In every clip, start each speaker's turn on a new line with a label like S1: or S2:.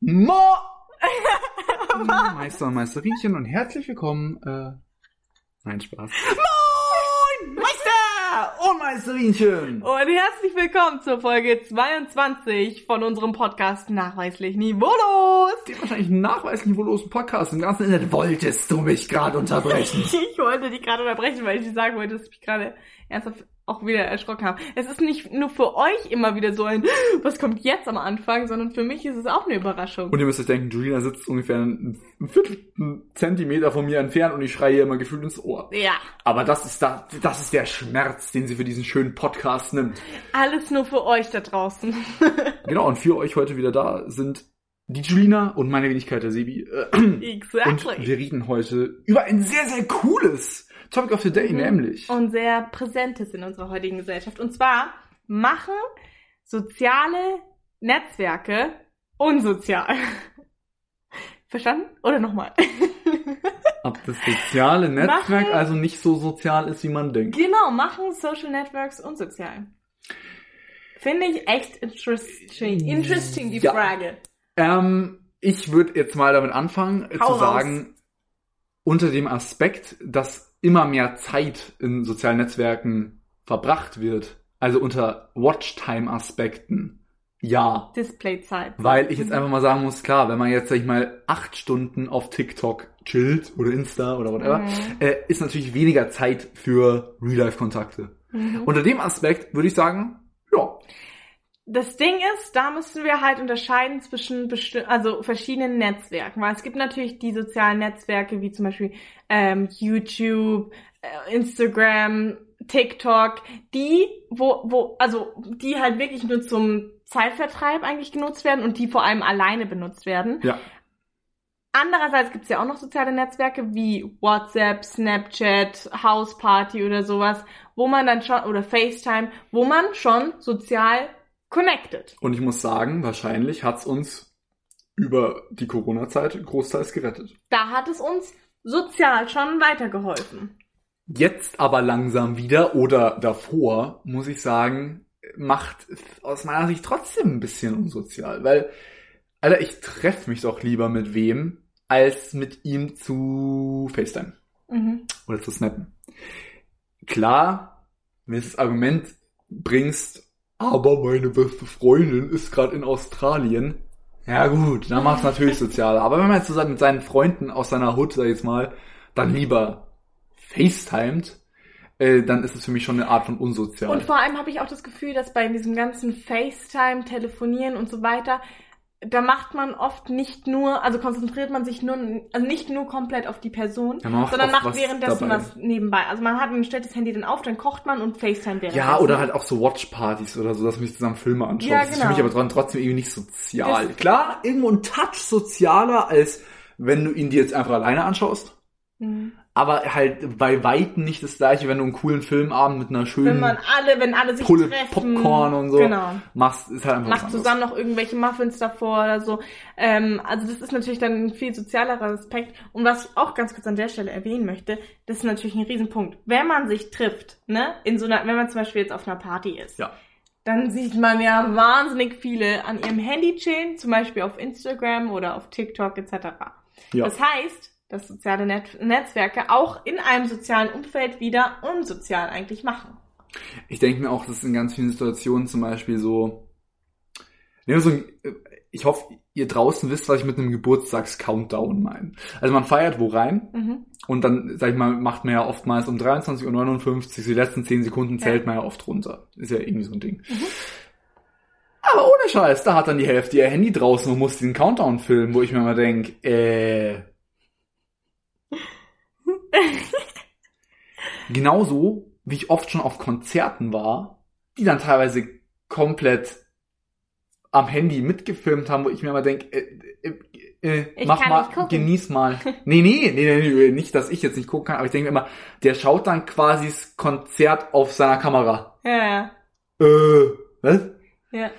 S1: Mo! Meister und Meisterinchen und herzlich willkommen. Äh, nein, Spaß. Moin! Meister und Meisterinchen!
S2: Und herzlich willkommen zur Folge 22 von unserem Podcast Nachweislich Niveaulos.
S1: Den wahrscheinlich nachweislich niveaulosen Podcast im ganzen Internet wolltest du mich gerade unterbrechen.
S2: Ich wollte dich gerade unterbrechen, weil ich dir sagen wollte, dass ich mich gerade ernsthaft auch wieder erschrocken habe. Es ist nicht nur für euch immer wieder so ein, was kommt jetzt am Anfang, sondern für mich ist es auch eine Überraschung.
S1: Und ihr müsst euch denken, Julina sitzt ungefähr einen Viertel einen Zentimeter von mir entfernt und ich schreie ihr immer gefühlt ins Ohr.
S2: ja,
S1: Aber das ist, da, das ist der Schmerz, den sie für diesen schönen Podcast nimmt.
S2: alles nur für euch da draußen.
S1: Genau, und für euch heute wieder da sind die Julina und meine Wenigkeit, der Sebi. Äh, Und
S2: exactly.
S1: wir reden heute über ein sehr, sehr cooles Topic of the Day,
S2: Mhm.
S1: nämlich.
S2: Und sehr präsentes in unserer heutigen Gesellschaft. Und zwar machen soziale Netzwerke unsozial. Verstanden? Oder nochmal?
S1: Ob das soziale Netzwerk
S2: Machen-
S1: also nicht so sozial ist, wie man denkt.
S2: genau, machen Social Networks unsozial. Finde ich echt interesting. Interesting, die
S1: Ja.
S2: Frage.
S1: Ähm, ich würde jetzt mal damit anfangen, äh,
S2: Hau
S1: zu
S2: raus.
S1: sagen, unter dem Aspekt, dass immer mehr Zeit in sozialen Netzwerken verbracht wird, also unter Watchtime-Aspekten, ja.
S2: Displayzeit.
S1: Weil
S2: Mhm.
S1: ich jetzt einfach mal sagen muss, klar, wenn man jetzt, sag ich mal, acht Stunden auf TikTok chillt oder Insta oder whatever,
S2: Mhm.
S1: äh, ist natürlich weniger Zeit für Real-Life-Kontakte.
S2: Mhm.
S1: Unter dem Aspekt würde ich sagen, ja,
S2: Das Ding ist, da müssen wir halt unterscheiden zwischen besti- also verschiedenen Netzwerken, weil es gibt natürlich die sozialen Netzwerke wie zum Beispiel ähm, YouTube, äh, Instagram, TikTok, die wo wo also die halt wirklich nur zum Zeitvertreib eigentlich genutzt werden und die vor allem alleine benutzt werden.
S1: ja.
S2: Andererseits gibt's ja auch noch soziale Netzwerke wie WhatsApp, Snapchat, Hausparty oder sowas, wo man dann schon, oder FaceTime, wo man schon sozial connected.
S1: Und ich muss sagen, wahrscheinlich hat's uns über die Corona-Zeit großteils gerettet.
S2: Da hat es uns sozial schon weitergeholfen.
S1: Jetzt aber langsam wieder oder davor, muss ich sagen, macht aus meiner Sicht trotzdem ein bisschen unsozial, weil, Alter, ich treffe mich doch lieber mit wem, als mit ihm zu FaceTime.
S2: Mhm.
S1: oder zu snappen. Klar, wenn du das Argument bringst, aber meine beste Freundin ist gerade in Australien. Ja gut, dann macht's natürlich sozialer. Aber wenn man jetzt so mit seinen Freunden aus seiner Hut, sag ich jetzt mal, dann lieber FaceTimed, äh, dann ist es für mich schon eine Art von unsozial.
S2: Und vor allem habe ich auch das Gefühl, dass bei diesem ganzen FaceTime, Telefonieren und so weiter, da macht man oft nicht nur, also konzentriert man sich nur, also nicht nur komplett auf die Person,
S1: Ja, man macht
S2: sondern
S1: oft
S2: macht
S1: was
S2: währenddessen
S1: dabei.
S2: was nebenbei. Also man hat, man stellt das Handy dann auf, dann kocht man und FaceTime währenddessen.
S1: ja, oder halt auch so Watchpartys oder so, dass man sich zusammen Filme anschaut.
S2: Ja,
S1: Das ist für mich
S2: genau.
S1: aber tr- trotzdem irgendwie nicht sozial.
S2: Das-
S1: Klar, irgendwo ein Touch sozialer, als wenn du ihn dir jetzt einfach alleine anschaust.
S2: Mhm.
S1: aber halt bei Weitem nicht das gleiche, wenn du einen coolen Filmabend mit einer schönen
S2: Wenn man alle, wenn alle sich
S1: Pulle
S2: treffen.
S1: Popcorn und so
S2: Genau.
S1: machst, ist halt einfach
S2: Macht
S1: was anderes.
S2: zusammen noch irgendwelche Muffins davor oder so. Ähm, also das ist natürlich dann ein viel sozialerer Aspekt. Und was ich auch ganz kurz an der Stelle erwähnen möchte, das ist natürlich ein Riesenpunkt. Wenn man sich trifft, ne, in so einer, wenn man zum Beispiel jetzt auf einer Party ist,
S1: Ja.
S2: dann sieht man ja wahnsinnig viele an ihrem Handy chillen, zum Beispiel auf Instagram oder auf TikTok etc.
S1: Ja.
S2: Das heißt, dass soziale Net Netzwerke auch in einem sozialen Umfeld wieder unsozial eigentlich machen.
S1: Ich denke mir auch, dass in ganz vielen Situationen zum Beispiel so, nehmen wir so ein, ich hoffe, ihr draußen wisst, was ich mit einem Geburtstags-Countdown meine. Also man feiert wo rein
S2: Mhm.
S1: und dann, sag ich mal, macht man ja oftmals um 23.59 Uhr die letzten 10 Sekunden zählt man ja oft runter. Ist ja irgendwie so ein Ding. Aber ohne Scheiß, da hat dann die Hälfte ihr Handy draußen und muss diesen Countdown filmen, wo ich mir mal denk, äh. Genauso, wie ich oft schon auf Konzerten war, die dann teilweise komplett am Handy mitgefilmt haben, wo ich mir mal denk, äh, äh, äh,
S2: Ich
S1: mach
S2: kann
S1: mal,
S2: nicht gucken.
S1: genieß mal. Nee, nee, nee, nee, nee, nicht, dass ich jetzt nicht gucken kann, aber ich denke mir immer, der schaut dann quasi das Konzert auf seiner Kamera.
S2: Ja, ja,
S1: Äh, was?
S2: ja.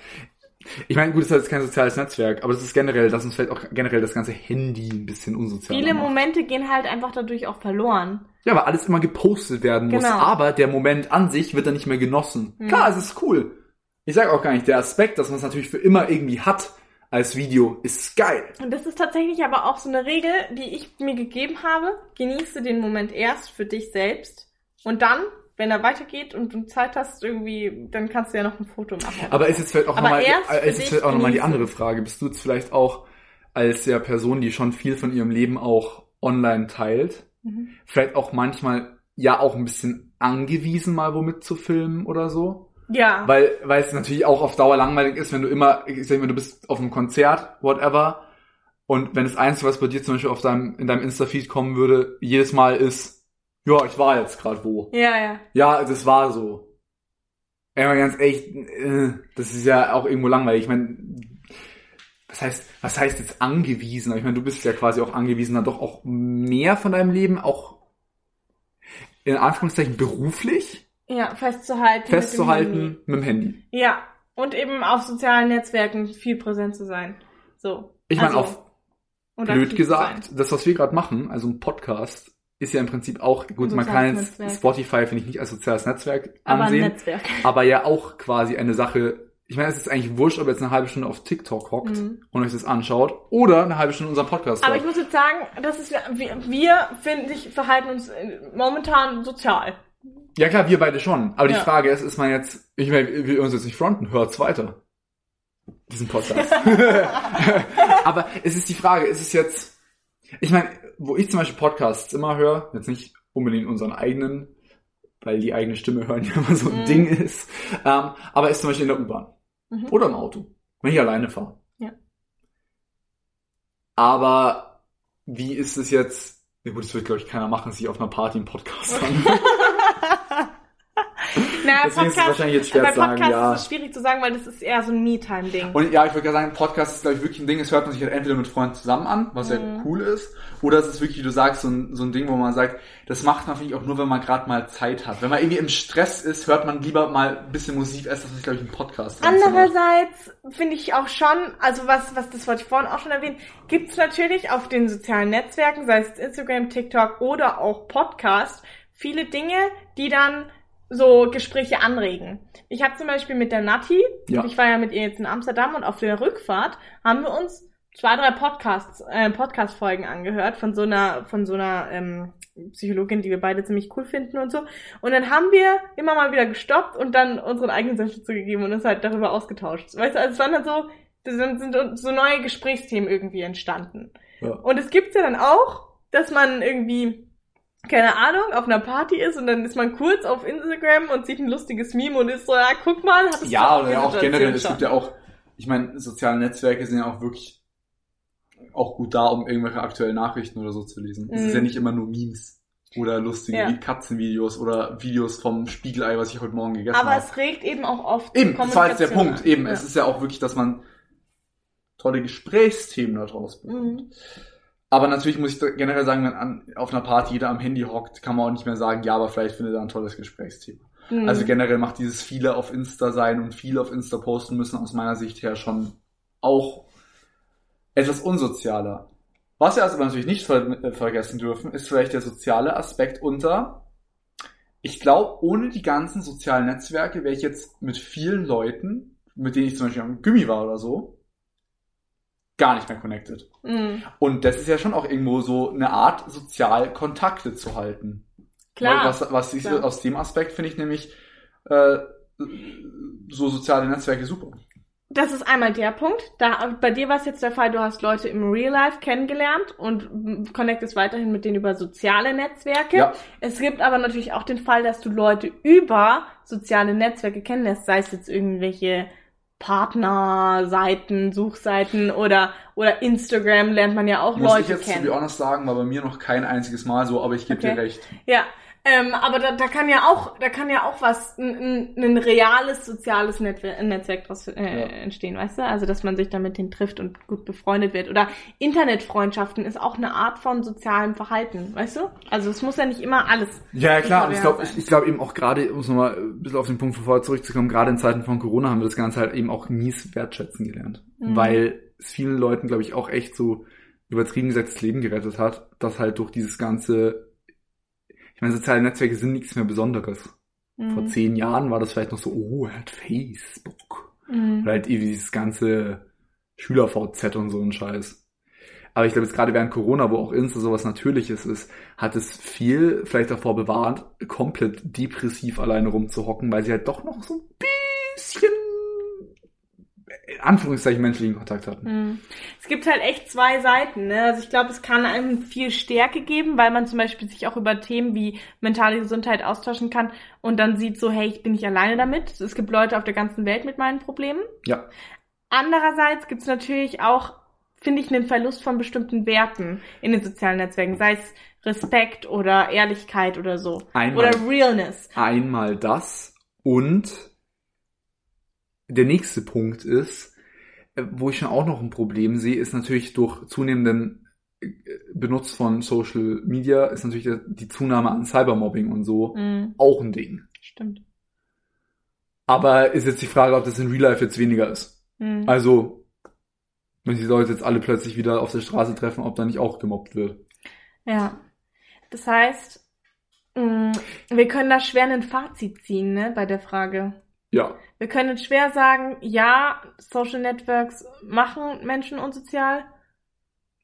S1: Ich meine, gut, es ist jetzt kein soziales Netzwerk, aber das ist generell, dass uns vielleicht auch generell das ganze Handy ein bisschen unsozial
S2: Viele
S1: macht.
S2: Momente gehen halt einfach dadurch auch verloren.
S1: Ja, weil alles immer gepostet werden muss,
S2: Genau.
S1: aber der Moment an sich wird dann nicht mehr genossen.
S2: Mhm.
S1: Klar, es ist cool. Ich sage auch gar nicht, der Aspekt, dass man es natürlich für immer irgendwie hat, als Video ist geil.
S2: Und das ist tatsächlich aber auch so eine Regel, die ich mir gegeben habe. Genieße den Moment erst für dich selbst und dann, wenn er weitergeht und du Zeit hast, irgendwie, dann kannst du ja noch ein Foto machen.
S1: Aber ist jetzt vielleicht auch
S2: Aber
S1: nochmal äh,
S2: erst für
S1: ist jetzt
S2: dich
S1: vielleicht auch noch mal die
S2: genießen.
S1: andere Frage. Bist du jetzt vielleicht auch als ja Person, die schon viel von ihrem Leben auch online teilt,
S2: Mhm.
S1: vielleicht auch manchmal ja auch ein bisschen angewiesen, mal womit zu filmen oder so?
S2: Ja.
S1: Weil, weil es natürlich auch auf Dauer langweilig ist, wenn du immer, ich sag mal, du bist auf einem Konzert, whatever, und wenn das Einzige, was bei dir zum Beispiel auf deinem, in deinem Insta-Feed kommen würde, jedes Mal ist, ja, ich war jetzt gerade wo.
S2: ja, ja.
S1: Ja, das war so. Ey, mal ganz echt, äh, das ist ja auch irgendwo langweilig. Ich meine, was heißt, was heißt jetzt angewiesen? Aber Ich meine, du bist ja quasi auch angewiesen, dann doch auch mehr von deinem Leben, auch in Anführungszeichen beruflich
S2: Ja, festzuhalten. mit dem Handy.
S1: festzuhalten mit dem Handy.
S2: Ja, und eben auf sozialen Netzwerken viel präsent zu sein. So.
S1: Ich meine,
S2: Also,
S1: auf
S2: und aktiv
S1: blöd
S2: zu
S1: gesagt,
S2: sein.
S1: das, was wir gerade machen, also ein Podcast, ist ja im Prinzip auch, gut,
S2: Ein
S1: man kann
S2: soziales
S1: jetzt
S2: Netzwerk.
S1: Spotify, finde ich, nicht als soziales Netzwerk
S2: Aber ein
S1: ansehen,
S2: Netzwerk.
S1: aber ja auch quasi eine Sache, ich meine, es ist eigentlich wurscht, ob ihr jetzt eine halbe Stunde auf TikTok hockt
S2: Mhm.
S1: und euch das anschaut oder eine halbe Stunde unseren Podcast
S2: Aber ich
S1: hört.
S2: muss jetzt sagen, das ist, wir, wir finde ich, verhalten uns äh, momentan sozial.
S1: Ja klar, wir beide schon, aber
S2: Ja.
S1: die Frage ist, ist man jetzt, ich meine, wir wir uns jetzt nicht fronten, hört's weiter. Diesen Podcast. aber es ist die Frage, ist es jetzt, ich meine, wo ich zum Beispiel Podcasts immer höre, jetzt nicht unbedingt unseren eigenen, weil die eigene Stimme hören ja immer so ein
S2: Mhm.
S1: Ding ist, ähm, aber ist zum Beispiel in der U-Bahn
S2: Mhm.
S1: oder im Auto, wenn ich alleine fahre.
S2: Ja.
S1: Aber wie ist es jetzt, ja gut, das wird glaube ich keiner machen, sich auf einer Party einen Podcast an.
S2: Naja,
S1: Deswegen ist es wahrscheinlich jetzt schwer
S2: Äh, bei
S1: zu sagen,
S2: Podcasts
S1: ja.
S2: ist es schwierig zu sagen, weil das ist eher so ein Me-Time-Ding.
S1: Und ja, ich würde gerne sagen, Podcast ist, glaube ich, wirklich ein Ding, das hört man sich halt entweder mit Freunden zusammen an, was ja
S2: Mhm.
S1: cool ist, oder es ist wirklich, wie du sagst, so ein, so ein Ding, wo man sagt, das macht man, finde ich, auch nur, wenn man gerade mal Zeit hat. Wenn man irgendwie im Stress ist, hört man lieber mal ein bisschen Musik, als dass man sich, glaube ich, einen Podcast reinzuhört.
S2: Andererseits finde ich auch schon, also was, was das wollte ich vorhin auch schon erwähnen, gibt's natürlich auf den sozialen Netzwerken, sei es Instagram, TikTok oder auch Podcast, viele Dinge, die dann so Gespräche anregen. Ich habe zum Beispiel mit der Nati,
S1: Ja.
S2: ich war ja mit ihr jetzt in Amsterdam und auf der Rückfahrt haben wir uns zwei, drei Podcasts, äh, Podcast-Folgen angehört von so einer, von so einer ähm, Psychologin, die wir beide ziemlich cool finden und so. Und dann haben wir immer mal wieder gestoppt und dann unseren eigenen Senf zugegeben und uns halt darüber ausgetauscht. Weißt du, also es waren dann so, das sind, sind so neue Gesprächsthemen irgendwie entstanden.
S1: Ja.
S2: Und es gibt's ja dann auch, dass man irgendwie, keine Ahnung, auf einer Party ist und dann ist man kurz auf Instagram und sieht ein lustiges Meme und ist so, ja, guck mal, hat es
S1: Ja,
S2: doch
S1: oder
S2: eine
S1: ja auch
S2: Situation
S1: generell, es
S2: schon.
S1: gibt ja auch, ich meine, soziale Netzwerke sind ja auch wirklich auch gut da, um irgendwelche aktuellen Nachrichten oder so zu lesen. Es ist
S2: Mhm.
S1: ja nicht immer nur Memes oder lustige
S2: Ja.
S1: Katzenvideos oder Videos vom Spiegelei, was ich heute Morgen gegessen habe.
S2: Aber es regt eben auch oft
S1: Eben, das war jetzt der
S2: Kommunikation
S1: Punkt.
S2: an.
S1: Eben,
S2: Ja.
S1: es ist ja auch wirklich, dass man tolle Gesprächsthemen da draus bekommt.
S2: Mhm.
S1: Aber natürlich muss ich da generell sagen, wenn an, auf einer Party jeder am Handy hockt, kann man auch nicht mehr sagen, ja, aber vielleicht findet er ein tolles Gesprächsthema.
S2: Mhm.
S1: Also generell macht dieses viele auf Insta sein und viele auf Insta posten müssen aus meiner Sicht her schon auch etwas unsozialer. Was wir also natürlich nicht ver äh, vergessen dürfen, ist vielleicht der soziale Aspekt unter. Ich glaube, ohne die ganzen sozialen Netzwerke wäre ich jetzt mit vielen Leuten, mit denen ich zum Beispiel am Gummi war oder so, gar nicht mehr connected.
S2: Mhm.
S1: Und das ist ja schon auch irgendwo so eine Art, sozial Kontakte zu halten.
S2: Klar.
S1: Weil Was, was ich,
S2: klar.
S1: aus dem Aspekt finde ich nämlich äh, so soziale Netzwerke super.
S2: Das ist einmal der Punkt. Da, bei dir war es jetzt der Fall, du hast Leute im Real Life kennengelernt und mm, connectest weiterhin mit denen über soziale Netzwerke.
S1: Ja.
S2: Es gibt aber natürlich auch den Fall, dass du Leute über soziale Netzwerke kennenlernst, sei es jetzt irgendwelche Partnerseiten, Suchseiten oder, oder Instagram lernt man ja auch
S1: Muss ich
S2: Leute
S1: jetzt, to be
S2: kennen.
S1: honest, sagen, war bei mir noch kein einziges Mal so, aber ich gebe
S2: Okay.
S1: dir recht.
S2: Ja, ähm, aber da, da kann ja auch, da kann ja auch was, ein, ein, ein reales soziales Netzwerk, Netzwerk draus äh,
S1: Ja.
S2: entstehen, weißt du? Also dass man sich da mit denen trifft und gut befreundet wird. Oder Internetfreundschaften ist auch eine Art von sozialem Verhalten, weißt du? Also es muss ja nicht immer alles.
S1: Ja, ja, klar. Und
S2: Super
S1: ich
S2: wär
S1: glaube
S2: sein.
S1: ich, ich glaub eben auch gerade, um es nochmal ein bisschen auf den Punkt von vorher zurückzukommen, gerade in Zeiten von Corona haben wir das Ganze halt eben auch mies wertschätzen gelernt.
S2: Mhm.
S1: Weil es vielen Leuten, glaube ich, auch echt so übertrieben gesagt das Leben gerettet hat, dass halt durch dieses ganze, ich meine, soziale Netzwerke sind nichts mehr Besonderes. Vor
S2: Mhm.
S1: zehn Jahren war das vielleicht noch so, oh, er hat Facebook.
S2: Mhm.
S1: Oder halt irgendwie dieses ganze SchülerVZ und so ein Scheiß. Aber ich glaube, jetzt gerade während Corona, wo auch Insta sowas Natürliches ist, hat es viel vielleicht davor bewahrt, komplett depressiv alleine rumzuhocken, weil sie halt doch noch so ein bisschen in Anführungszeichen menschlichen Kontakt hatten.
S2: Mhm. Es gibt halt echt zwei Seiten. Ne? Also ich glaube, es kann einem viel Stärke geben, weil man zum Beispiel sich auch über Themen wie mentale Gesundheit austauschen kann und dann sieht so, hey, ich bin nicht alleine damit. Es gibt Leute auf der ganzen Welt mit meinen Problemen.
S1: Ja.
S2: Andererseits gibt es natürlich auch, finde ich, einen Verlust von bestimmten Werten in den sozialen Netzwerken, sei es Respekt oder Ehrlichkeit oder so.
S1: Einmal.
S2: Oder Realness.
S1: Einmal das und der nächste Punkt ist, äh, wo ich schon auch noch ein Problem sehe, ist natürlich durch zunehmenden äh, Benutz von Social Media ist natürlich der, die Zunahme an Cybermobbing und so
S2: Mhm,
S1: auch ein Ding.
S2: stimmt.
S1: Aber ist jetzt die Frage, ob das in Real Life jetzt weniger ist.
S2: Mhm.
S1: Also, wenn die Leute jetzt alle plötzlich wieder auf der Straße treffen, ob da nicht auch gemobbt wird.
S2: Ja. Das heißt, mh, wir können da schwer ein Fazit ziehen, ne, bei der Frage.
S1: Ja,
S2: Wir können schwer sagen, ja, Social Networks machen Menschen unsozial.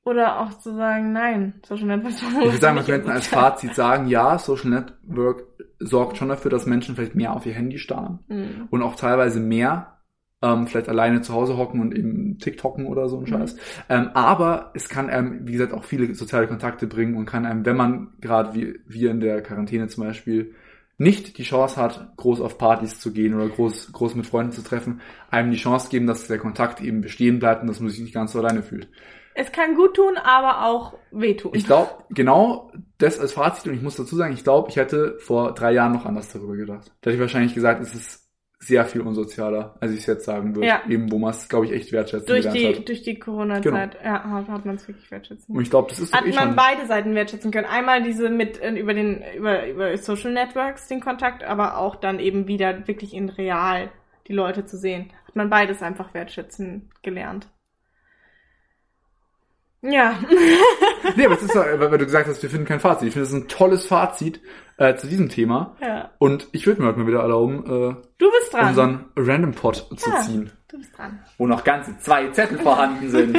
S2: Oder auch zu sagen, nein, Social Networks machen
S1: Ich würde sagen, wir
S2: nicht
S1: könnten als
S2: unsozial.
S1: Fazit sagen, ja, Social Network sorgt schon dafür, dass Menschen vielleicht mehr auf ihr Handy starren
S2: Mhm.
S1: und auch teilweise mehr ähm, vielleicht alleine zu Hause hocken und eben TikToken oder so ein
S2: Mhm.
S1: Scheiß. Ähm, aber es kann einem, wie gesagt, auch viele soziale Kontakte bringen und kann einem, wenn man gerade wie wir in der Quarantäne zum Beispiel nicht die Chance hat, groß auf Partys zu gehen oder groß, groß mit Freunden zu treffen, einem die Chance geben, dass der Kontakt eben bestehen bleibt und dass man sich nicht ganz so alleine fühlt.
S2: Es kann gut tun, aber auch wehtun.
S1: Ich glaube, genau das als Fazit, und ich muss dazu sagen, ich glaube, ich hätte vor drei Jahren noch anders darüber gedacht. Da hätte ich wahrscheinlich gesagt, es ist sehr viel unsozialer, als ich es jetzt sagen würde.
S2: Ja.
S1: Eben, wo man es, glaube ich, echt wertschätzen
S2: durch
S1: gelernt
S2: die,
S1: hat.
S2: durch die Corona-Zeit,
S1: Genau.
S2: ja, hat, hat man es wirklich wertschätzen
S1: Und ich glaube, das ist doch
S2: hat
S1: eh
S2: man
S1: schon.
S2: beide Seiten wertschätzen können. Einmal diese mit äh, über den über über Social Networks den Kontakt, aber auch dann eben wieder wirklich in real die Leute zu sehen. Hat man beides einfach wertschätzen gelernt. Ja,
S1: Nee, aber es ist, doch, weil weil du gesagt hast, wir finden kein Fazit. Ich finde, es ist ein tolles Fazit äh, zu diesem Thema.
S2: ja.
S1: Und ich würde mir heute mal wieder erlauben,
S2: du bist
S1: äh,
S2: dran.
S1: unseren Random Pot zu
S2: Ja.
S1: ziehen.
S2: du bist dran.
S1: Wo noch ganze zwei Zettel vorhanden sind.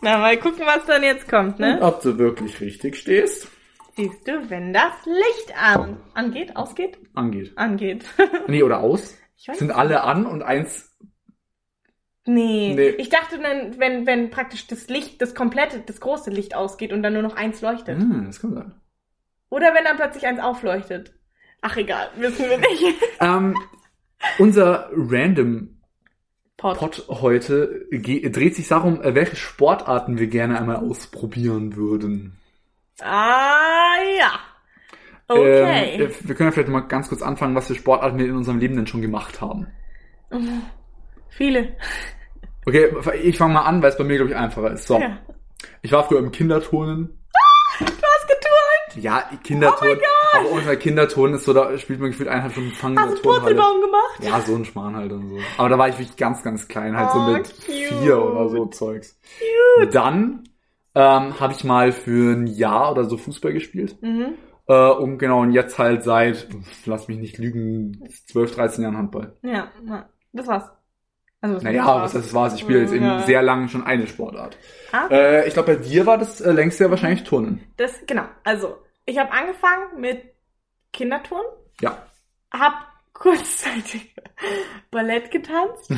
S2: Na, mal gucken, was dann jetzt kommt,
S1: Und
S2: ne?
S1: Ob du wirklich richtig stehst,
S2: Siehst du, wenn das Licht an angeht, ausgeht,
S1: angeht.
S2: angeht.
S1: Nee, oder aus?
S2: Ich weiß
S1: Sind alle an und eins
S2: Nee.
S1: Nee.
S2: Ich dachte, dann, wenn, wenn praktisch das Licht, das komplette, das große Licht ausgeht und dann nur noch eins leuchtet.
S1: Hm, das kann sein.
S2: Oder wenn dann plötzlich eins aufleuchtet. Ach egal, wissen wir nicht.
S1: Ähm, unser Random
S2: Pot.
S1: Pod heute ge- dreht sich darum, äh, welche Sportarten wir gerne einmal ausprobieren würden.
S2: Ah ja.
S1: Ähm,
S2: Okay.
S1: äh, wir können ja vielleicht mal ganz kurz anfangen, was für Sportarten wir in unserem Leben denn schon gemacht haben.
S2: Viele.
S1: Okay, ich fange mal an, weil es bei mir, glaube ich, einfacher ist. So,
S2: Ja. Ah,
S1: ich war früher im Kinderturnen.
S2: Was getan?
S1: Ja,
S2: Oh
S1: Kinderturnen. aber unser Kinderturnen ist so, da spielt man gefühlt eineinhalb Stunden Fangen in
S2: Hast du
S1: der
S2: einen
S1: Turnhalle.
S2: Purzelbaum gemacht?
S1: Ja, so ein Schmarrn halt und so. Aber da war ich wirklich ganz, ganz klein, halt so
S2: Oh,
S1: mit
S2: cute.
S1: vier oder so Zeugs. Dann ähm, habe ich mal für ein Jahr oder so Fußball gespielt.
S2: Mhm.
S1: Äh, und genau, und jetzt halt seit, lass mich nicht lügen, 12, 13 Jahren Handball.
S2: Ja, na, das war's. Also, das
S1: Naja, was das war's. Ich spiele jetzt eben
S2: Ja.
S1: sehr lange schon eine Sportart.
S2: Ah.
S1: Äh, ich glaube, bei dir war das äh, längst ja wahrscheinlich Turnen.
S2: Das, genau. Also, ich habe angefangen mit Kinderturnen.
S1: Ja.
S2: Hab kurzzeitig Ballett getanzt.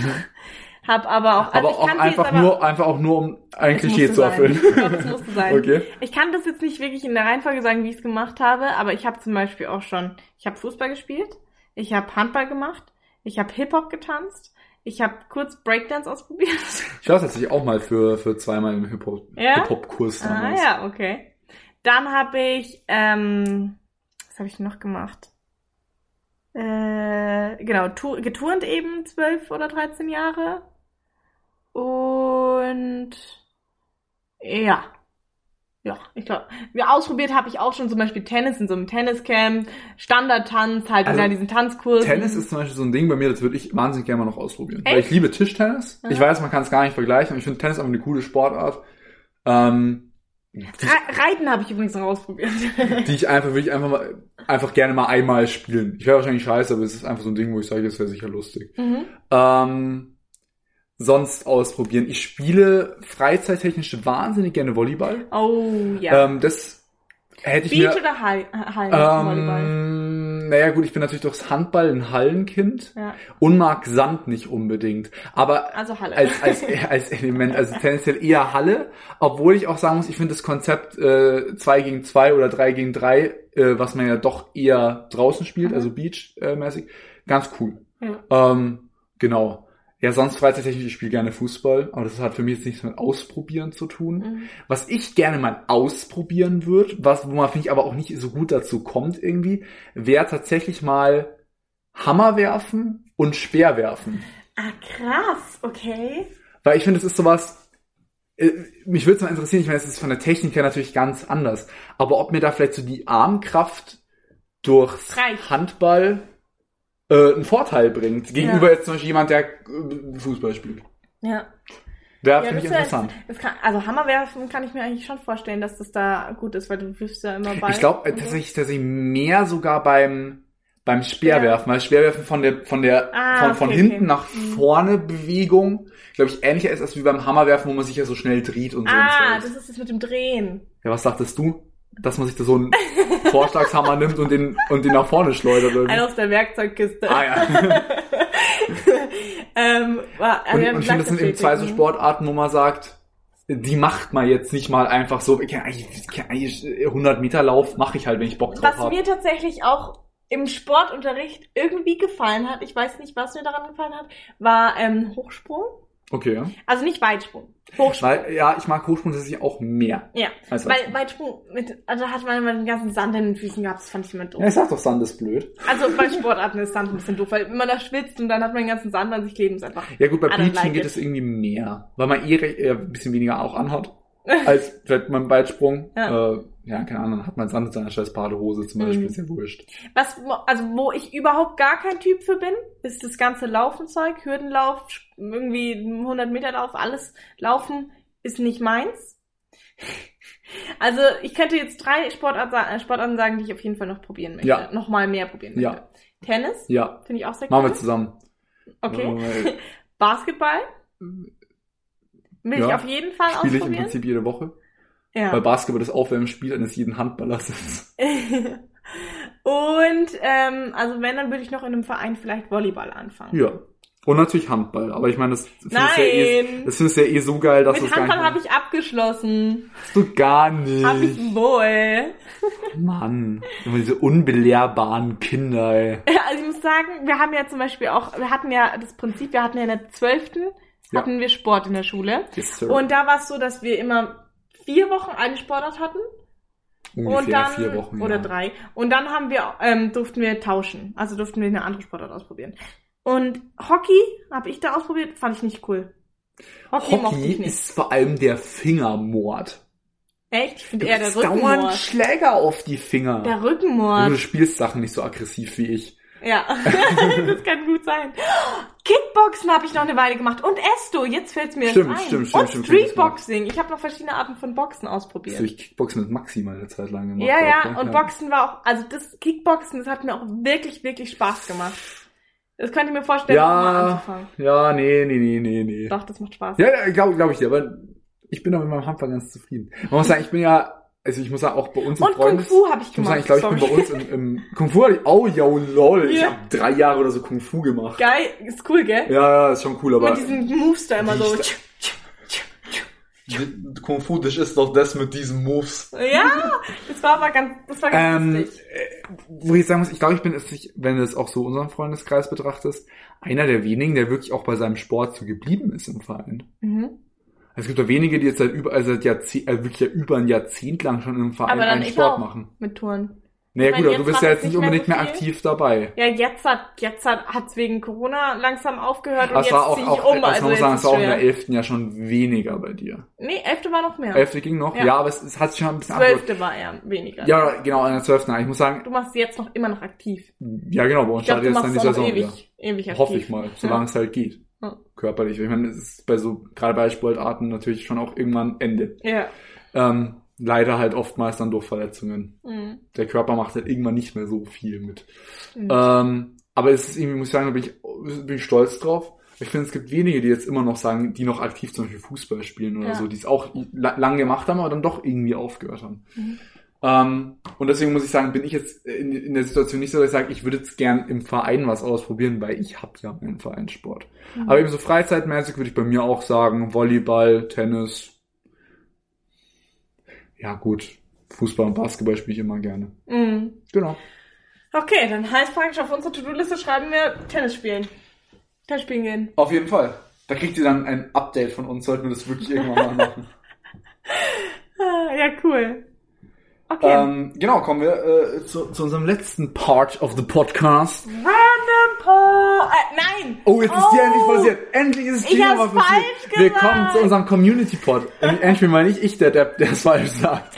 S2: Hab aber auch...
S1: Mhm. aber
S2: Also ich
S1: auch
S2: kannte jetzt
S1: einfach
S2: aber-
S1: nur, einfach auch nur, um ein
S2: Es
S1: Klischee
S2: musste
S1: zu
S2: sein.
S1: erfüllen.
S2: Ich glaub, es musste sein.
S1: Okay.
S2: Ich kann das jetzt nicht wirklich in der Reihenfolge sagen, wie ich es gemacht habe, aber ich habe zum Beispiel auch schon, ich habe Fußball gespielt, ich habe Handball gemacht, ich habe Hip-Hop getanzt, ich habe kurz Breakdance ausprobiert.
S1: Ich war tatsächlich auch mal für, für zweimal im Hip-Hop-
S2: Ja?
S1: Hip-Hop-Kurs
S2: ah
S1: damals.
S2: ja, okay. Dann habe ich, ähm, was habe ich noch gemacht? Äh, genau, tu- geturnt eben, 12 oder 13 Jahre. Und ja. Ja, ich glaube. Ja, ausprobiert habe ich auch schon zum Beispiel Tennis in so einem Tenniscamp, Standardtanz, halt
S1: Also,
S2: in diesen Tanzkursen.
S1: Tennis ist zum Beispiel so ein Ding bei mir, das würde ich wahnsinnig gerne mal noch ausprobieren. Weil
S2: Echt?
S1: ich liebe Tischtennis.
S2: Ja.
S1: Ich weiß, man kann es gar nicht vergleichen, aber ich finde Tennis einfach eine coole Sportart, ähm, die,
S2: Re- Reiten habe ich übrigens noch ausprobiert.
S1: die ich einfach wirklich einfach mal, einfach gerne mal einmal spielen. Ich wäre wahrscheinlich scheiße, aber es ist einfach so ein Ding, wo ich sage, das wäre sicher lustig.
S2: mhm.
S1: Ähm, sonst ausprobieren? Ich spiele freizeittechnisch wahnsinnig gerne Volleyball.
S2: Oh, ja.
S1: Ähm, das hätte ich
S2: Beach
S1: mir...
S2: oder Hall- Hallen? Volleyball?
S1: Ähm, naja gut, ich bin natürlich durchs Handball ein Hallenkind
S2: Ja,
S1: und mag Sand nicht unbedingt. Aber
S2: also Halle.
S1: als, als, als Element, also tendenziell eher Halle, obwohl ich auch sagen muss, ich finde das Konzept äh, 2 gegen 2 oder 3 gegen 3, äh, was man ja doch eher draußen spielt,
S2: Mhm.
S1: also Beach-mäßig, ganz cool.
S2: ja.
S1: Ähm, genau. Ja, sonst freizeittechnisch, ich spiele gerne Fußball, aber das hat für mich jetzt nichts mit Ausprobieren zu tun.
S2: Mhm.
S1: Was ich gerne mal ausprobieren würde, was, wo man, finde ich, aber auch nicht so gut dazu kommt irgendwie, wäre tatsächlich mal Hammer werfen und Speer werfen.
S2: Ah, krass, okay.
S1: Weil ich finde, es ist sowas, äh, mich würde es mal interessieren, ich meine, es ist von der Technik her natürlich ganz anders, aber ob mir da vielleicht so die Armkraft durchs
S2: Reicht.
S1: Handball äh, einen Vorteil bringt, gegenüber jetzt zum Beispiel jemand, der äh, Fußball spielt.
S2: Ja.
S1: Wäre
S2: Ja,
S1: finde ich
S2: das wär-
S1: interessant.
S2: Das kann, also Hammerwerfen kann ich mir eigentlich schon vorstellen, dass das da gut ist, weil du wirfst ja immer Ball.
S1: Ich glaube äh,
S2: und so.
S1: tatsächlich, dass ich mehr sogar beim beim Speerwerfen, weil Speerwerfen von der von der
S2: Ah,
S1: von, von
S2: okay,
S1: hinten
S2: okay.
S1: nach
S2: Mhm.
S1: vorne Bewegung, glaube ich, ähnlicher ist als wie beim Hammerwerfen, wo man sich ja so schnell dreht und so. ein
S2: Ah,
S1: Zeugs.
S2: das ist das mit dem Drehen.
S1: Ja, was dachtest du? Dass man sich da so einen Vorschlagshammer nimmt und den, und den nach vorne schleudert oder
S2: Ein
S1: wie?
S2: aus der Werkzeugkiste.
S1: Ah ja.
S2: ähm, war,
S1: Und, und ich finde, das sind eben zwei so Sportarten, wo man sagt, die macht man jetzt nicht mal einfach so. Ich kann eigentlich, ich kann eigentlich 100 Meter Lauf mache ich halt, wenn ich Bock drauf
S2: Was
S1: habe.
S2: mir tatsächlich auch im Sportunterricht irgendwie gefallen hat, ich weiß nicht, was mir daran gefallen hat, war ähm, Hochsprung.
S1: Okay, ja.
S2: Also nicht Weitsprung. Hochsprung.
S1: Weil, ja, ich mag Hochsprung tatsächlich auch mehr.
S2: ja.
S1: Als
S2: Weil Weitsprung, mit, also da hat man immer den ganzen Sand in den Füßen gehabt, das fand ich immer doof.
S1: ja, ich sag doch, Sand ist blöd.
S2: Also bei Sportarten ist Sand ein bisschen doof, weil man da schwitzt und dann hat man den ganzen Sand an sich kleben, ist einfach.
S1: Ja gut, bei
S2: I don't
S1: Beachen
S2: like
S1: geht
S2: it.
S1: es irgendwie mehr, weil man eh re- eher ein bisschen weniger auch anhat, als vielleicht beim Weitsprung.
S2: Ja.
S1: Äh, ja, keine Ahnung, hat man Sand in seiner scheiß Badehose zum Beispiel,
S2: Mhm.
S1: ist ja wurscht.
S2: Was, mo- also wo ich überhaupt gar kein Typ für bin, ist das ganze Laufenzeug, Hürdenlauf, Sp- irgendwie 100 Meter Lauf, alles Laufen ist nicht meins. Also ich könnte jetzt drei Sportarten, äh, Sportarten sagen, die ich auf jeden Fall noch probieren möchte.
S1: Ja.
S2: Nochmal mehr probieren möchte.
S1: Ja.
S2: Tennis,
S1: Ja,
S2: finde ich auch sehr
S1: machen
S2: cool.
S1: wir zusammen.
S2: Okay.
S1: Äh,
S2: Basketball will ich
S1: Ja.
S2: auf jeden Fall
S1: Spiele ich im
S2: ausprobieren.
S1: Prinzip jede Woche.
S2: Ja.
S1: Weil Basketball das Aufwärmspiel eines jeden Handballers ist.
S2: Und ähm, also wenn, dann würde ich noch in einem Verein vielleicht Volleyball anfangen.
S1: Ja. Und natürlich Handball. Aber ich meine, das findest du ja eh,
S2: Nein!
S1: das findest du ja eh so geil, dass du es
S2: Mit
S1: gar nicht Äh,
S2: Handball habe ich abgeschlossen.
S1: Hast du gar nicht.
S2: Hab ich wohl.
S1: Mann. Immer diese unbelehrbaren Kinder, ey.
S2: Also ich muss sagen, wir haben ja zum Beispiel auch, wir hatten ja das Prinzip, wir hatten ja in der 12.
S1: Ja.
S2: hatten wir Sport in der Schule.
S1: Yes, sir.
S2: Und da war es so, dass wir immer vier Wochen eine Sportart hatten
S1: Ungefähr
S2: und dann
S1: vier Wochen.
S2: oder
S1: ja.
S2: drei. Und dann haben wir, ähm, durften wir tauschen. Also durften wir eine andere Sportart ausprobieren. Und Hockey habe ich da ausprobiert, fand ich nicht cool. Hockey, mochte
S1: Hockey
S2: ich nicht.
S1: ist vor allem der Fingermord.
S2: Echt? Ich
S1: Du
S2: finde eher der
S1: kriegst dauernd
S2: Rückenmord.
S1: Schläger auf die Finger.
S2: Der
S1: Und du
S2: Rückenmord.
S1: spielst Sachen nicht so aggressiv wie ich.
S2: Ja, das kann gut sein. Kickboxen habe ich noch eine Weile gemacht und Esto, jetzt fällt es mir
S1: Stimmt,
S2: erst ein.
S1: stimmt, stimmt,
S2: und
S1: stimmt,
S2: Streetboxing. Ich habe noch verschiedene Arten von Boxen ausprobiert.
S1: Das habe ich Kickboxen mit Maxi mal eine Zeit lang gemacht.
S2: ja,
S1: auch,
S2: ja,
S1: ne?
S2: und Boxen war auch, also das Kickboxen, das hat mir auch wirklich, wirklich Spaß gemacht. Das könnte ich mir vorstellen,
S1: Ja.
S2: nochmal anzufangen.
S1: Ja, nee, nee, nee, nee, nee.
S2: Doch, das macht Spaß.
S1: Ja, ja glaube glaub ich dir, aber ich bin auch mit meinem Handball ganz zufrieden. Man muss sagen, ich bin ja, also ich muss sagen, auch bei uns im
S2: und Kung
S1: Freundes...
S2: Fu habe ich
S1: Ich muss
S2: gemacht.
S1: sagen, ich glaube, ich bin bei uns im, im Kung Fu. Oh, yo, lol. Ich
S2: Ja.
S1: habe drei Jahre oder so Kung Fu gemacht.
S2: Geil, ist cool, gell?
S1: Ja, ja, ist schon cool, aber
S2: Mit diesen Moves da immer
S1: Wie
S2: so.
S1: ich Kung Fu, das ist doch das mit diesen Moves.
S2: Ja, das war aber ganz, das war ganz
S1: Ähm,
S2: lustig.
S1: äh, wo ich sagen muss, ich glaube, ich bin, jetzt nicht, wenn du es auch so unseren Freundeskreis betrachtest, einer der wenigen, der wirklich auch bei seinem Sport so geblieben ist im Verein.
S2: Mhm.
S1: Es gibt ja wenige, die jetzt seit über, also seit Jahrzehnt, äh, wirklich ja über ein Jahrzehnt lang schon im Verein
S2: Aber dann
S1: einen
S2: ich
S1: Sport
S2: auch.
S1: machen.
S2: Mit Touren.
S1: Naja
S2: meine,
S1: gut, aber
S2: jetzt
S1: du bist
S2: macht
S1: ja
S2: es
S1: jetzt nicht
S2: nicht mehr
S1: unbedingt
S2: so
S1: mehr
S2: viel.
S1: aktiv dabei.
S2: Ja, jetzt hat jetzt hat hat's wegen Corona langsam aufgehört und
S1: Das
S2: jetzt
S1: war auch,
S2: zieh ich
S1: auch
S2: um.
S1: das muss
S2: Also
S1: man
S2: jetzt
S1: sagen, es
S2: ist
S1: war auch in der
S2: schwer.
S1: elften ja schon weniger bei dir.
S2: Nee, elfte war noch mehr.
S1: Elfte ging noch, ja,
S2: Ja.
S1: aber es, es hat sich schon ein bisschen abgeholt.
S2: Zwölfte war eher weniger.
S1: Ja, genau, in der zwölften. Ich muss sagen,
S2: Du machst sie jetzt noch immer noch aktiv.
S1: ja genau, bei uns
S2: Ich glaube,
S1: startet
S2: du
S1: jetzt
S2: machst
S1: dann die
S2: es auch noch
S1: Saison wieder.
S2: ewig, ewig aktiv.
S1: Hoffe ich mal, solange es halt geht.
S2: Ja.
S1: Körperlich. Ich meine, es ist bei so, gerade bei Sportarten natürlich schon auch irgendwann Ende.
S2: Ja.
S1: Ähm, leider halt oftmals dann durch Verletzungen.
S2: Mhm.
S1: Der Körper macht halt irgendwann nicht mehr so viel mit.
S2: Stimmt.
S1: Äh. Ähm, aber es ist irgendwie, muss ich sagen, da bin ich, bin ich stolz drauf. Ich finde, es gibt wenige, die jetzt immer noch sagen, die noch aktiv zum Beispiel Fußball spielen oder
S2: Ja.
S1: so, die es auch la lang gemacht haben, aber dann doch irgendwie aufgehört haben.
S2: Mhm.
S1: Ähm, und deswegen muss ich sagen, bin ich jetzt in, in der Situation nicht so, dass ich sage, ich würde jetzt gern im Verein was ausprobieren, weil ich habe ja meinen Vereinssport.
S2: Mhm.
S1: Aber eben so freizeitmäßig würde ich bei mir auch sagen, Volleyball, Tennis. Ja gut, Fußball und Basketball spiele ich immer gerne.
S2: Mhm.
S1: Genau.
S2: Okay, dann heißt praktisch auf unsere To-Do-Liste schreiben wir Tennis spielen. Tennis spielen gehen.
S1: Auf jeden Fall. Da kriegt ihr dann ein Update von uns, sollten wir das wirklich irgendwann mal machen.
S2: Ah, ja, cool. Okay.
S1: ähm, genau, kommen wir äh, zu, zu unserem letzten Part of the Podcast.
S2: Random Poll. Äh, nein.
S1: Oh, jetzt ist die
S2: Oh.
S1: endlich passiert. Endlich ist es
S2: Ich
S1: Gina
S2: hab's
S1: mal passiert.
S2: falsch
S1: wir
S2: gesagt.
S1: kommen zu unserem Community Pod. Und Endlich mal nicht ich, der Depp, der es falsch sagt.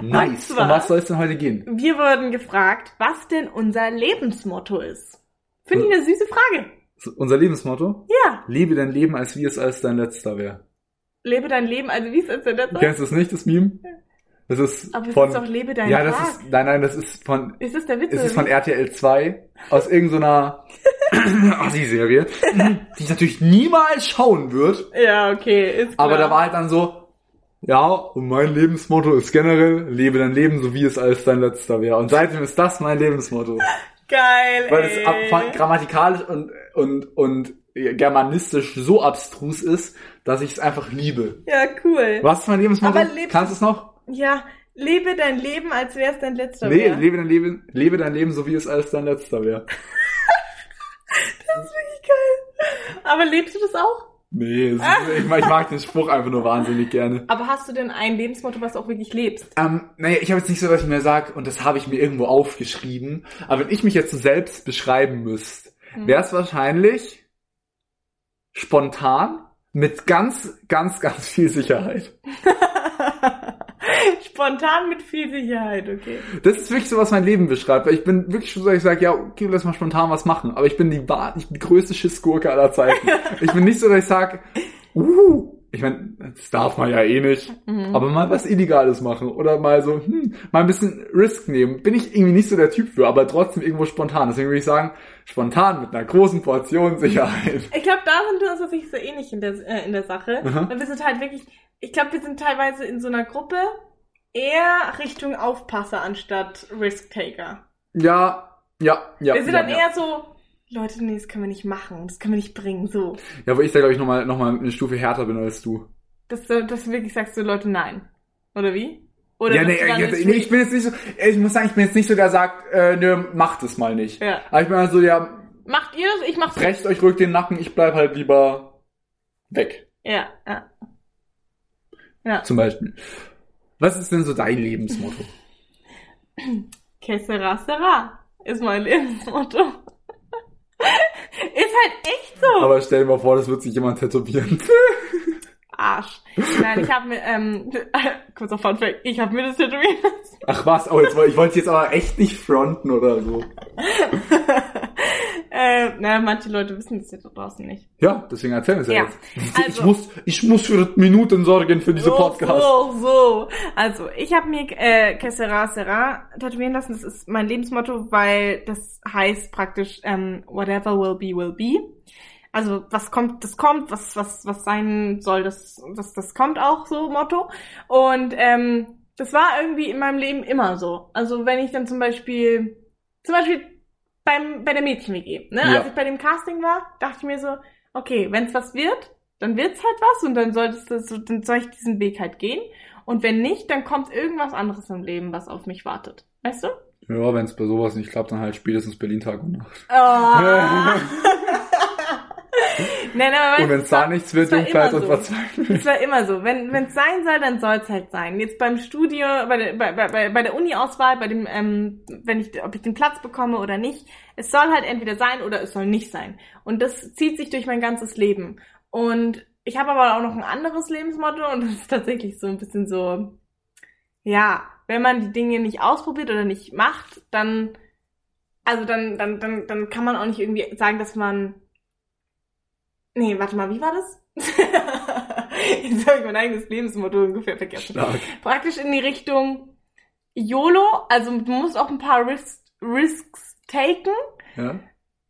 S1: Nice.
S2: zwar-
S1: um was soll es denn heute gehen?
S2: Oh. Wir wurden gefragt, was denn unser Lebensmotto ist. Finde ich eine süße Frage.
S1: So, Unser Lebensmotto?
S2: Ja.
S1: Lebe dein Leben, als wie es als dein letzter wäre.
S2: Lebe dein Leben, also wie ist das denn das?
S1: Du kennst das nicht, das Meme? Das ist
S2: Aber es
S1: von...
S2: ist doch Lebe dein
S1: ja,
S2: Tag.
S1: das ist... Nein, nein, das ist von
S2: ist das der Witz?
S1: Es
S2: oder
S1: ist von
S2: wie?
S1: RTL 2 aus irgendeiner Assi-Serie, die ich natürlich niemals schauen wird.
S2: ja, okay, ist klar.
S1: Aber da war halt dann so, ja, und mein Lebensmotto ist generell, lebe dein Leben, so wie es als dein letzter wäre. Und seitdem ist das mein Lebensmotto.
S2: Geil,
S1: Weil
S2: ey.
S1: es ab- grammatikalisch und, und, und germanistisch so abstrus ist, dass ich es einfach liebe.
S2: Ja, cool.
S1: Was ist mein Lebensmotto?
S2: Aber lebst-
S1: Kannst du es noch?
S2: Ja, lebe dein Leben, als wär's dein letzter
S1: Nee,
S2: wär.
S1: lebe dein Leben, lebe dein Leben, so wie es als dein letzter wäre.
S2: Aber lebst du das auch?
S1: Nee, es
S2: Ah.
S1: ist, ich, mag- ich mag den Spruch einfach nur wahnsinnig gerne.
S2: Aber hast du denn ein Lebensmotto, was du auch wirklich lebst?
S1: Ähm, naja, ich habe jetzt nicht so, dass ich mir sage, und das habe ich mir irgendwo aufgeschrieben, aber wenn ich mich jetzt so selbst beschreiben müsste,
S2: Hm.
S1: wäre es wahrscheinlich spontan mit ganz, ganz, ganz viel Sicherheit.
S2: Spontan mit viel Sicherheit, okay.
S1: Das ist wirklich so, was mein Leben beschreibt, weil ich bin wirklich so, dass ich sage, ja, okay, lass mal spontan was machen, aber ich bin die, wahr- ich bin die größte Schissgurke aller Zeiten. ich bin nicht so, dass ich sage, uh, ich meine, das darf man ja eh nicht.
S2: Mhm.
S1: Aber mal was Illegales machen oder mal so, hm, mal ein bisschen Risk nehmen. Bin ich irgendwie nicht so der Typ für, aber trotzdem irgendwo spontan. Deswegen würde ich sagen, spontan mit einer großen Portion Sicherheit.
S2: Ich glaube, da sind wir uns tatsächlich so ähnlich in der, äh, in der Sache.
S1: Aha.
S2: Weil wir sind halt wirklich, ich glaube, wir sind teilweise in so einer Gruppe eher Richtung Aufpasser anstatt Risk-Taker.
S1: Ja, ja, ja.
S2: wir sind
S1: ja,
S2: dann
S1: ja.
S2: eher so, Leute, nee, das können wir nicht machen, das können wir nicht bringen, so.
S1: ja, wo ich da glaube ich nochmal noch mal eine Stufe härter bin als du.
S2: Dass du, dass du wirklich sagst, so Leute, nein. Oder wie? Oder
S1: ja,
S2: bist
S1: nee,
S2: du dann
S1: jetzt,
S2: nicht
S1: nee,
S2: Risk-
S1: ich bin jetzt nicht so, ich muss sagen, ich bin jetzt nicht so, der sagt, äh, nö, macht es mal nicht.
S2: Ja.
S1: Aber ich bin halt so, ja,
S2: Macht ihr das? Ich mach's.
S1: brecht euch ruhig den Nacken, ich bleib halt lieber weg.
S2: Ja, ja.
S1: Zum Beispiel. Was ist denn so dein Lebensmotto?
S2: Que sera, sera ist mein Lebensmotto. ist halt echt so.
S1: Aber stell dir mal vor, das wird sich jemand tätowieren.
S2: Arsch. Nein, ich habe mir, ähm, kurzer Funfact, ich habe mir das tätowiert.
S1: Ach was, oh, jetzt, woll- ich wollte jetzt aber echt nicht fronten oder so.
S2: äh, naja, manche Leute wissen das ja da draußen nicht.
S1: Ja, deswegen erzähl es ja,
S2: Ja,
S1: jetzt. ich,
S2: also- Oh,
S1: muss, ich muss für Minuten sorgen für diese Podcast.
S2: So, so. Also, ich habe mir äh, Que sera, sera tätowieren lassen. Das ist mein Lebensmotto, weil das heißt praktisch ähm, whatever will be, will be. Also, was kommt, das kommt. Was, was, was sein soll, das, das, das kommt auch so, Motto. Und ähm, das war irgendwie in meinem Leben immer so. Also, wenn ich dann zum Beispiel, zum Beispiel beim, bei der Mädchen-WG, ne?
S1: Ja.
S2: Als ich bei dem Casting war, dachte ich mir so, okay, wenn es was wird, dann wird's halt was und dann solltest du, so- dann soll ich diesen Weg halt gehen. Und wenn nicht, dann kommt irgendwas anderes im Leben, was auf mich wartet. Weißt du?
S1: Ja, wenn es bei sowas nicht klappt, dann halt spätestens Berlin Tag und Nacht.
S2: nein, aber
S1: Oh. und wenn es da nichts wird,
S2: Ah, es war
S1: Jungfeld
S2: immer
S1: und
S2: so.
S1: verzweifelt.
S2: Es war immer so. Wenn es sein soll, dann soll es halt sein. Jetzt beim Studio, bei der, bei, bei- bei, bei der Uni-Auswahl, bei dem, ähm, wenn ich, ob ich den Platz bekomme oder nicht, es soll halt entweder sein oder es soll nicht sein. Und das zieht sich durch mein ganzes Leben. Und ich habe aber auch noch ein anderes Lebensmotto und das ist tatsächlich so ein bisschen so, ja, wenn man die Dinge nicht ausprobiert oder nicht macht, dann, also dann, dann, dann, dann kann man auch nicht irgendwie sagen, dass man, nee, warte mal, wie war das? Jetzt habe ich mein eigenes Lebensmotto ungefähr vergessen
S1: Stark.
S2: praktisch in die Richtung YOLO. Also du musst auch ein paar Risks, Risks taken,
S1: Ja?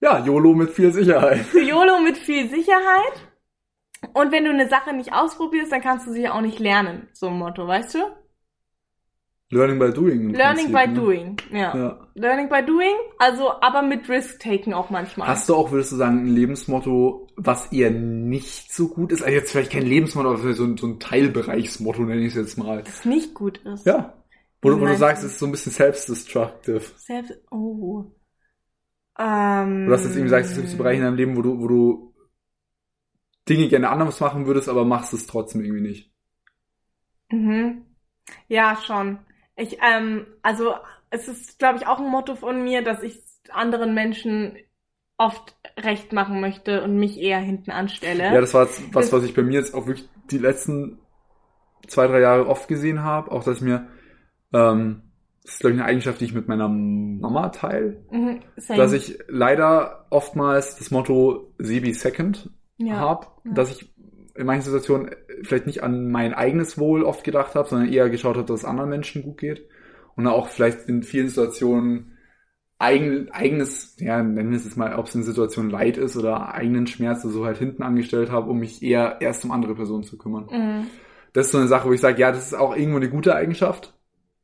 S1: Ja, YOLO mit viel Sicherheit.
S2: YOLO mit viel Sicherheit. Und wenn du eine Sache nicht ausprobierst, dann kannst du sie ja auch nicht lernen. So ein Motto, weißt du?
S1: Learning by doing. im
S2: Learning by
S1: Prinzip, ne?
S2: doing. Ja.
S1: Ja.
S2: Learning by doing, also aber mit Risk-Taking auch manchmal.
S1: Hast du auch, würdest du sagen, ein Lebensmotto, was eher nicht so gut ist? Also jetzt vielleicht kein Lebensmotto, aber vielleicht so ein, so ein Teilbereichsmotto nenne ich es jetzt mal.
S2: das nicht gut ist.
S1: Ja. Wo, du- wo du
S2: Nein.
S1: sagst, es ist so ein bisschen self-destructive.
S2: Selbst. Oh. Ähm,
S1: Oder dass du jetzt irgendwie sagst, es gibt so Bereiche in deinem Leben, wo du, wo du Dinge gerne anders machen würdest, aber machst es trotzdem irgendwie nicht.
S2: Mhm. Ja, schon. Ich, ähm, also es ist, glaube ich, auch ein Motto von mir, dass ich anderen Menschen oft recht machen möchte und mich eher hinten anstelle.
S1: Ja, das war jetzt was, was ich bei mir jetzt auch wirklich die letzten zwei, drei Jahre oft gesehen habe. Auch dass ich mir, ähm, das ist glaube ich eine Eigenschaft, die ich mit meiner Mama teile.
S2: mhm, same.
S1: Dass ich leider oftmals das Motto Sebi Second
S2: ja.
S1: habe,
S2: ja.
S1: dass ich in manchen Situationen äh, vielleicht nicht an mein eigenes Wohl oft gedacht habe, sondern eher geschaut habe, dass es anderen Menschen gut geht. Und auch vielleicht in vielen Situationen eigen, eigenes, ja, nennen wir es jetzt mal, ob es in Situationen Leid ist oder eigenen Schmerz oder so halt hinten angestellt habe, um mich eher erst um andere Personen zu kümmern.
S2: Mhm.
S1: Das ist so eine Sache, wo ich sage, ja, das ist auch irgendwo eine gute Eigenschaft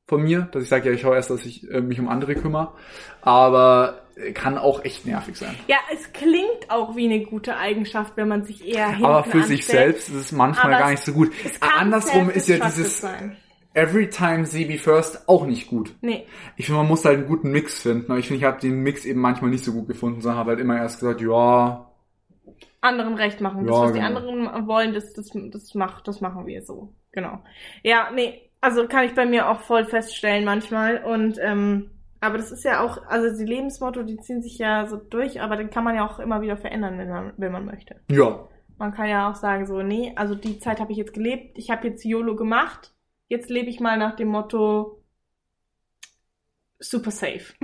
S1: von mir, dass ich sage, ja, ich schaue erst, dass ich äh, mich um andere kümmere, aber äh, kann auch echt nervig sein.
S2: Ja, es klingt auch wie eine gute Eigenschaft, wenn man sich eher hinten
S1: Aber für sich
S2: anstellt.
S1: selbst ist es manchmal
S2: Aber
S1: gar nicht
S2: es-
S1: so gut. Ah,
S2: Es kann
S1: Andersrum ist ja
S2: self-destructive
S1: dieses
S2: Sein.
S1: Every Time CB First auch nicht gut.
S2: Nee,
S1: Ich finde, man muss halt einen guten Mix finden. Aber ich finde, ich habe den Mix eben manchmal nicht so gut gefunden, sondern habe halt immer erst gesagt, ja,
S2: anderen recht machen. Das,
S1: Ja,
S2: was die
S1: genau.
S2: anderen wollen, das, das, das, macht, das machen wir so. Genau. Ja, nee, also kann ich bei mir auch voll feststellen manchmal. Und ähm, aber das ist ja auch, also die Lebensmotto, die ziehen sich ja so durch, aber den kann man ja auch immer wieder verändern, wenn man, wenn man möchte.
S1: ja,
S2: Man kann ja auch sagen, so, nee, also die Zeit habe ich jetzt gelebt, ich habe jetzt YOLO gemacht, jetzt lebe ich mal nach dem Motto super safe.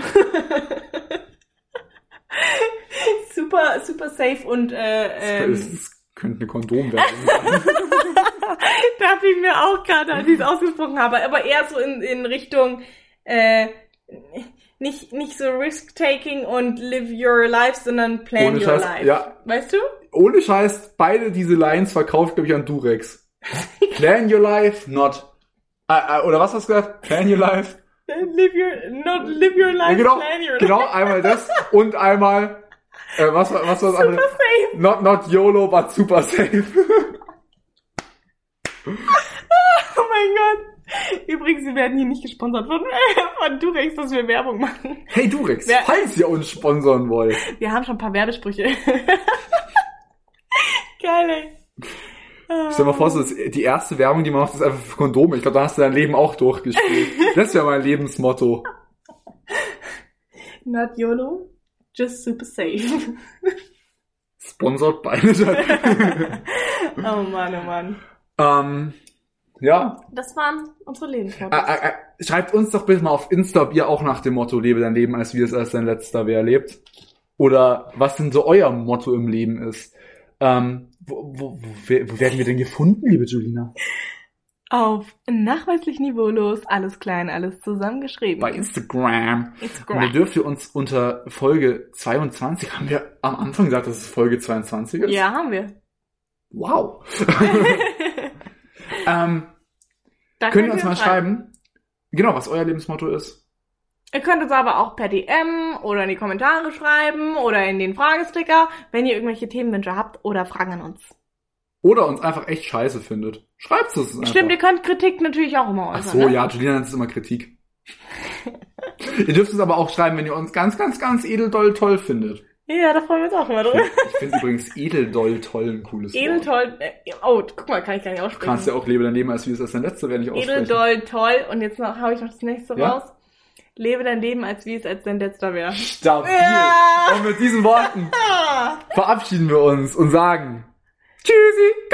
S2: super, super safe und
S1: es
S2: äh, ähm,
S1: es- es könnte eine Kondomwerbung sein.
S2: da habe ich mir auch gerade, als ich es ausgesprochen habe, aber eher so in, in Richtung äh, nicht, nicht so risk-taking und live your life, sondern plan
S1: Ohne
S2: your
S1: Scheiß,
S2: life.
S1: ja.
S2: Weißt du?
S1: Ohne Scheiß, beide diese Lines verkauft, glaube ich, an Durex. Plan your life, not... Äh, äh, oder was hast du gesagt? Plan your life.
S2: Live your, not live your life,
S1: Ja, genau,
S2: plan your life.
S1: genau, einmal das und einmal... Äh, was, war- was war das andere?
S2: Super safe.
S1: Not, not YOLO, but super safe.
S2: Oh mein Gott. Übrigens, wir werden hier nicht gesponsert von, von Durex, dass wir Werbung machen.
S1: Hey Durex,
S2: Wer-
S1: falls ihr uns sponsern wollt.
S2: Wir haben schon ein paar Werbesprüche. Geil, ey.
S1: Stell dir mal vor, so ist die erste Werbung, die man macht, ist einfach für Kondome. Ich glaube, da hast du dein Leben auch durchgespielt. Das wäre mein Lebensmotto.
S2: Not Ah, YOLO, just super safe.
S1: Sponsored beide.
S2: Oh Mann, oh Mann.
S1: ähm, ja.
S2: Das waren unsere
S1: Ä
S2: Lebensmottos.
S1: äh, äh, schreibt uns doch bitte mal auf Insta, ob ihr auch nach dem Motto lebe dein Leben, als wie es als dein letzter wäre, lebt. Oder was denn so euer Motto im Leben ist. Ähm, wo, wo, wo, wer- wo werden wir denn gefunden, liebe Julina?
S2: Auf nachweislich niveaulos, alles klein, alles zusammengeschrieben.
S1: Bei Instagram. Und ihr
S2: Instagram.
S1: dürft ihr uns unter Folge 22, haben wir am Anfang gesagt, dass es Folge 22 ist?
S2: Ja, haben wir.
S1: Wow. ähm,
S2: Da
S1: könnt
S2: könnt
S1: ihr uns mal schreiben, genau, was euer Lebensmotto ist.
S2: Ihr könnt uns aber auch per DM oder in die Kommentare schreiben oder in den Fragesticker, wenn ihr irgendwelche Themenwünsche habt oder Fragen an uns.
S1: Oder uns einfach echt scheiße findet. Schreibt es uns einfach.
S2: Stimmt, ihr könnt Kritik natürlich auch immer äußern.
S1: Also. Ach so,
S2: ne?
S1: ja, Julian nennt es immer Kritik. ihr dürft es aber auch schreiben, wenn ihr uns ganz, ganz, ganz edeldoll toll findet.
S2: Ja, da freuen wir uns auch immer drüber.
S1: Ich finde übrigens edeldoll toll ein cooles
S2: Edel
S1: Wort.
S2: toll. Äh, oh, guck mal, kann ich gar nicht
S1: Du kannst ja
S2: aussprechen.
S1: auch Lebe daneben, als wie es als dein letzter wäre, nicht aussprechen.
S2: Edel doll toll. Und jetzt noch habe ich noch das nächste
S1: Ja?
S2: raus. Lebe dein Leben, als wie es als dein letzter wäre.
S1: Stabil.
S2: Ja. Ah.
S1: Und mit diesen Worten verabschieden wir uns und sagen Tschüssi.